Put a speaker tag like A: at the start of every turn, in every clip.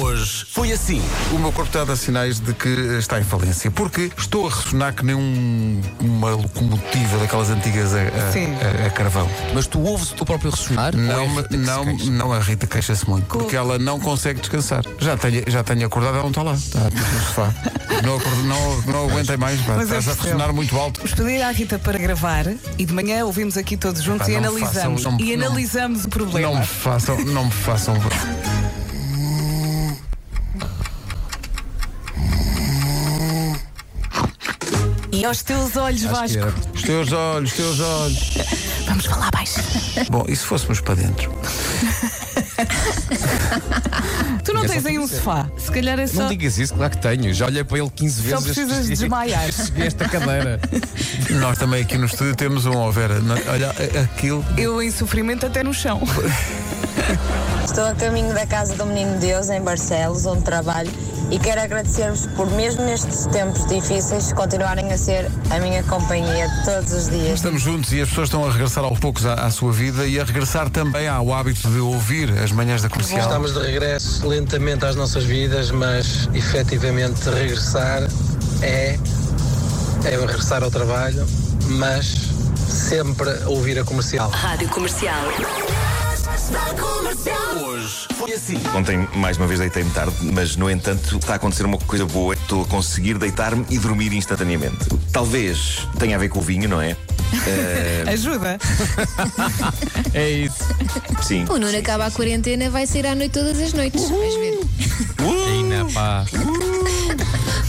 A: Hoje foi assim.
B: O meu corpo está a dar sinais de que está em falência. Porque estou a ressonar que nem um- uma locomotiva daquelas antigas a, a-
C: Sim.
B: a- a carvão.
A: Mas tu ouves o teu próprio ressonar?
B: Não,
A: ou é a
B: me-
A: Rita que se
B: não,
A: queixa?
B: não, a Rita queixa-se muito. Porque ela não consegue descansar. Já tenho, já tenho acordado, ela não está lá. Está no sofá. Não, acordo, não, não aguentei mais. Pá,
C: Mas eu
B: estás a
C: percebo.
B: ressonar muito alto.
C: Vamos pedir à Rita para gravar e de manhã ouvimos aqui todos juntos
B: Pá,
C: e
B: não
C: analisamos.
B: façam- não-
C: e
B: não-
C: analisamos o problema.
B: Não me façam, não me façam.
C: E aos teus olhos, Vasco.
B: Os teus olhos, os teus olhos.
C: Vamos falar baixo.
B: Bom, e se fôssemos para dentro?
C: Tu não tens aí um sofá. Se calhar é
D: Não
C: só.
D: digas isso, claro que tenho. Já olhei para ele 15
C: Só
D: vezes.
C: precisas de desmaiar.
D: Cheguei a esta cadeira.
B: Nós também aqui no estúdio temos um, ó Vera. Não- Olha, a- aquilo.
C: Eu em sofrimento até no chão.
E: Estou a caminho da casa do Menino Deus, em Barcelos, onde trabalho, e quero agradecer-vos por, mesmo nestes tempos difíceis, continuarem a ser a minha companhia todos os dias.
B: Estamos juntos e as pessoas estão a regressar aos poucos à, à sua vida e a regressar também ao hábito de ouvir as manhãs da comercial.
F: Estamos de regresso lentamente às nossas vidas, mas efetivamente regressar é, é regressar ao trabalho, mas sempre ouvir a comercial.
G: Rádio Comercial.
A: Hoje foi assim.
H: Ontem, mais uma vez, deitei-me tarde, mas, no entanto, está a acontecer uma coisa boa. Estou a conseguir deitar-me e dormir instantaneamente. Talvez tenha a ver com o vinho, não é?
C: Ajuda.
D: É isso.
H: Sim.
I: O Nuno acaba a quarentena e vai sair à noite todas as noites. Vais ver.
D: Aí não, pá.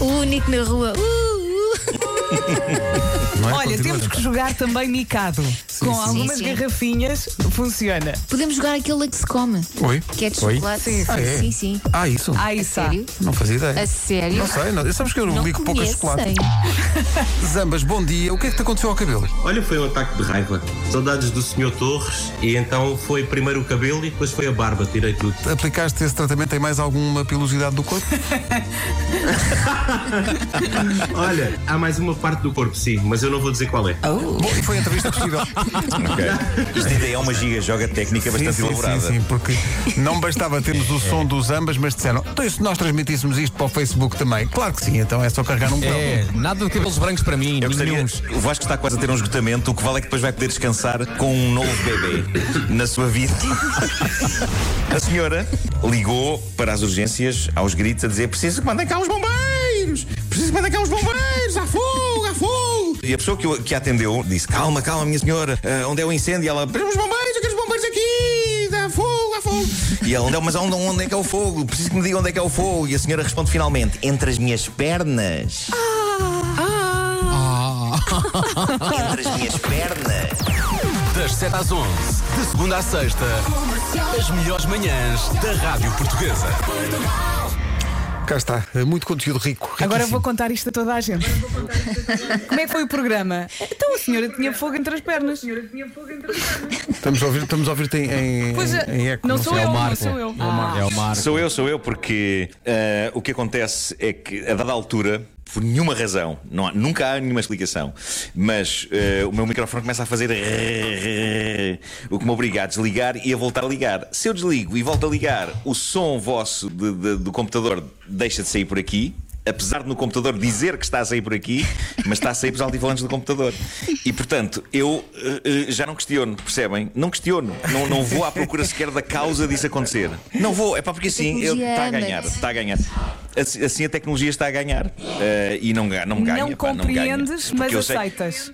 I: O único na rua. Uh, uh.
B: não é? Continua
C: Olha, temos
B: a tentar.
C: que jogar também micado. Com
I: sim.
C: algumas
I: Sim, sim.
C: garrafinhas funciona.
I: Podemos jogar aquele que se come.
B: Oi?
I: Que é de chocolate. Sim,
B: Ah, é?
I: sim. sim.
B: Ah, isso?
C: Ah, isso. há.
I: Sério?
B: Não fazia ideia.
I: A sério?
B: Não sei, não. sabes que eu
I: Não
B: ligo pouco a
I: conhecem.
B: chocolate. Zambas, bom dia. O que é que te aconteceu ao cabelo?
J: Olha, foi um ataque de raiva. Saudades do Sr. Torres e então foi primeiro o cabelo e depois foi a barba, tirei tudo.
B: Aplicaste esse tratamento em mais alguma pilosidade do corpo?
J: Olha, há mais uma parte do corpo, sim, mas eu não vou dizer qual é.
B: Bom, e foi a entrevista possível.
H: Ok. Isto ainda é uma giga-joga técnica bastante
B: sim,
H: elaborada. É.
B: Sim, sim, porque não bastava termos o som dos ambas, mas disseram, então e se nós transmitíssemos isto para o Facebook também? Claro que sim, então é só carregar um botão.
D: É, nada de cabelos brancos para mim.
H: Eu gostaria.
D: nenhuns.
H: O Vasco está quase a ter um esgotamento. O que vale é que depois vai poder descansar com um novo bebê na sua vida. A senhora ligou para as urgências aos gritos a dizer: preciso que mandem cá os bombeiros! Preciso que mandem cá os bombeiros! Há fogo! Há fogo! E a pessoa que, o- que a atendeu disse: calma, calma, minha senhora, Ah, onde é o incêndio? E ela: os bombeiros, aqueles bombeiros aqui! Há fogo! Há fogo! E ela: não, mas onde, onde é que é o fogo? Preciso que me digam onde é que é o fogo. E a senhora responde finalmente: entre as minhas pernas! entre as minhas pernas!
A: Das 7 às 11, de segunda à sexta, as melhores manhãs da Rádio Portuguesa.
B: Cá está, Eh, muito conteúdo rico.
C: Agora
B: riquíssimo.
C: vou contar isto a toda a gente. Como é que foi o programa? Então a senhora tinha fogo entre as pernas.
B: Estamos a ouvir, estamos a ouvir tem em,
C: Pois é,
B: em eco.
C: não sou
B: sei.
C: eu,
D: É o
C: não
D: Marco.
C: sou eu. Ah.
D: É o Marco. É o Marco.
H: Sou eu, sou eu, porque eh, o que acontece é que, a dada altura, por nenhuma razão, não há- nunca há nenhuma explicação, mas eh, o meu microfone começa a fazer o que me obriga a desligar e a voltar a ligar. Se eu desligo e volto a ligar, o som vosso de- de- do computador deixa de sair por aqui. Apesar de no computador dizer que está a sair por aqui, mas está a sair pelos altifalantes do computador. E portanto, eu eh, eh, já não questiono, percebem? Não questiono. Não, não vou à procura sequer da causa disso acontecer. Não vou, é pá, porque assim eu- está a ganhar, está a ganhar. Assim assim a tecnologia está a ganhar. Eh, e não, ga- não ganha.
C: Não
H: pá, não ganha.
C: compreendes,
H: Porque
C: mas
H: eu sei-
C: aceitas.